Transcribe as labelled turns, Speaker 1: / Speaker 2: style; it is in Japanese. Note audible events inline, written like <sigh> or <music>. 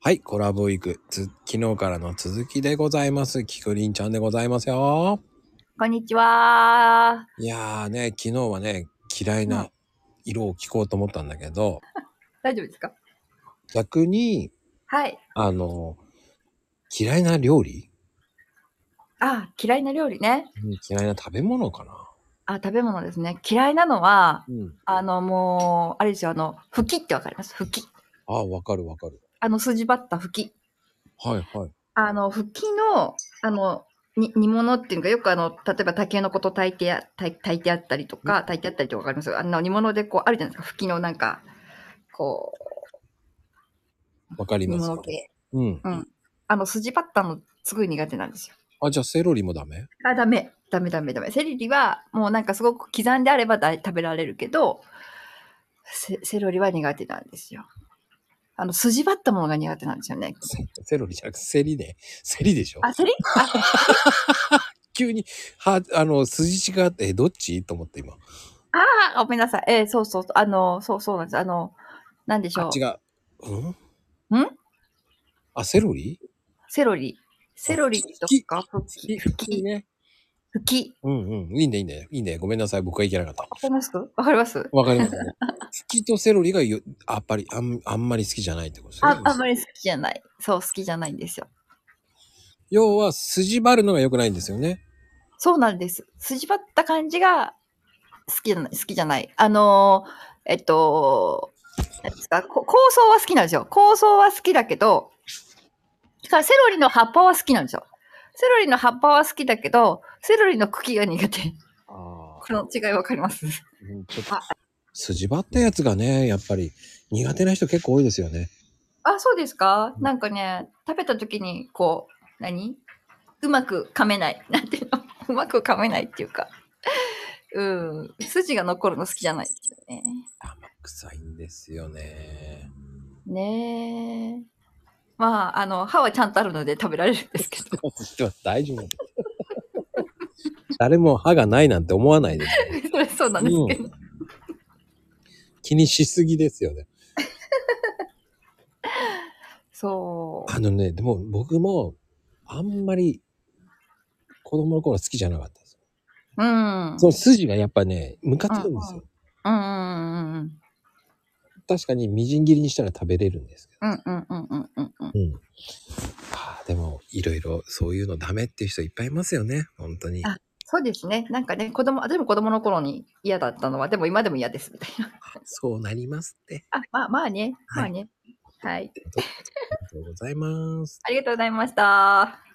Speaker 1: はい、コラボウィーク、つ昨日からの続きでございます。キクリンちゃんでございますよ。
Speaker 2: こんにちは。
Speaker 1: いやーね、昨日はね、嫌いな色を聞こうと思ったんだけど、
Speaker 2: 大丈夫ですか
Speaker 1: 逆に、
Speaker 2: はい。
Speaker 1: あの、嫌いな料理
Speaker 2: あ、嫌いな料理ね。
Speaker 1: うん嫌いな食べ物かな
Speaker 2: あ、食べ物ですね。嫌いなのは、
Speaker 1: うん。
Speaker 2: あの、もう、あれですよ、あの、吹きってわかります吹き。
Speaker 1: ああ、わかるわかる。
Speaker 2: あの、筋張った吹き。
Speaker 1: はいはい。
Speaker 2: あの、吹きの、あの、に煮物っていうか、よくあの、例えば竹のこと炊いてや、炊炊いてあったりとか、炊いてあったりとかわかりますあの、煮物でこう、あるじゃないですか。吹きのなんか、こ
Speaker 1: わか
Speaker 2: う、
Speaker 1: り
Speaker 2: 煮
Speaker 1: ます
Speaker 2: 物
Speaker 1: よ。
Speaker 2: 系。
Speaker 1: うん。
Speaker 2: うん。あの、筋張ったの、すごい苦手なんですよ。
Speaker 1: あ、じゃあセロリもダメ <laughs>
Speaker 2: あ、ダメ。ダメダメダメ。セリリはもうなんかすごく刻んであればだい食べられるけど、セセロリは苦手なんですよ。あの、筋張ったものが苦手なんですよね。
Speaker 1: セセロリじゃなくてセリね。セリでしょ
Speaker 2: あ、セリ
Speaker 1: 急に、は、あの、筋違って、えどっちと思って今。
Speaker 2: あ、ごめんなさい。えーそうそうそう。あの、そうそうなんです。あの、なんでしょ
Speaker 1: あ
Speaker 2: う。
Speaker 1: 違う。うん
Speaker 2: ん
Speaker 1: あ、セロリ
Speaker 2: セロリ。セロリとか、吹き、吹
Speaker 1: いい
Speaker 2: き、
Speaker 1: ね。
Speaker 2: 吹き。
Speaker 1: うんうん。いいね、いいね。いいね。ごめんなさい。僕はいけなかった。
Speaker 2: わかりますわかります
Speaker 1: わかります。 <laughs> 好きとセロリがよ、やっぱりあん、あんまり好きじゃないってことですね
Speaker 2: あ、あんまり好きじゃない。そう、好きじゃないんですよ。
Speaker 1: 要は、筋張るのが良くないんですよね。
Speaker 2: そうなんです。筋張った感じが好きじゃない、好きじゃない。あのーえっと、なんですかこ構想は好きなんですよ。構想は好きだけど、だからセロリの葉っぱは好きなんですよ。セロリの葉っぱは好きだけど、セロリの茎が苦手。 <laughs>
Speaker 1: あ
Speaker 2: この違いわかります
Speaker 1: ちょっと。筋張ったやつがね、やっぱり苦手な人結構多いですよね。
Speaker 2: あ、そうですかなんかね、食べた時に、こう、何うまく噛めない。 <laughs> なんていうのうまく噛めないっていうか。うん。筋が残るの好きじゃないですよね。
Speaker 1: 甘臭いんですよね。
Speaker 2: ねえ。まあ、あの、歯はちゃんとあるので食べられるんですけど。
Speaker 1: 大丈夫。 <laughs> 誰も歯がないなんて思わないですよ。
Speaker 2: それそうなんですけど。
Speaker 1: うん気にしすぎですよね。
Speaker 2: そう。
Speaker 1: あのね、でも僕もあんまり子供の頃好きじゃなかったです。
Speaker 2: うん。
Speaker 1: その筋がやっぱね、ムカつくんですよ。
Speaker 2: うんうんうん
Speaker 1: 確かにみじん切りにしたら食べれるんですけど。
Speaker 2: うんうんうんうんうんうん。
Speaker 1: うん。ああ、でもいろいろそういうのダメっていう人いっぱいいますよね。本当に。
Speaker 2: あそうですね。なんかね、子供、私も子供の頃に嫌だったのは、でも今でも嫌ですみたいな。
Speaker 1: そうなりますって。
Speaker 2: あ、まあまあね。
Speaker 1: はい
Speaker 2: まあね。はい。
Speaker 1: ありがとうございます。
Speaker 2: ありがとうございました。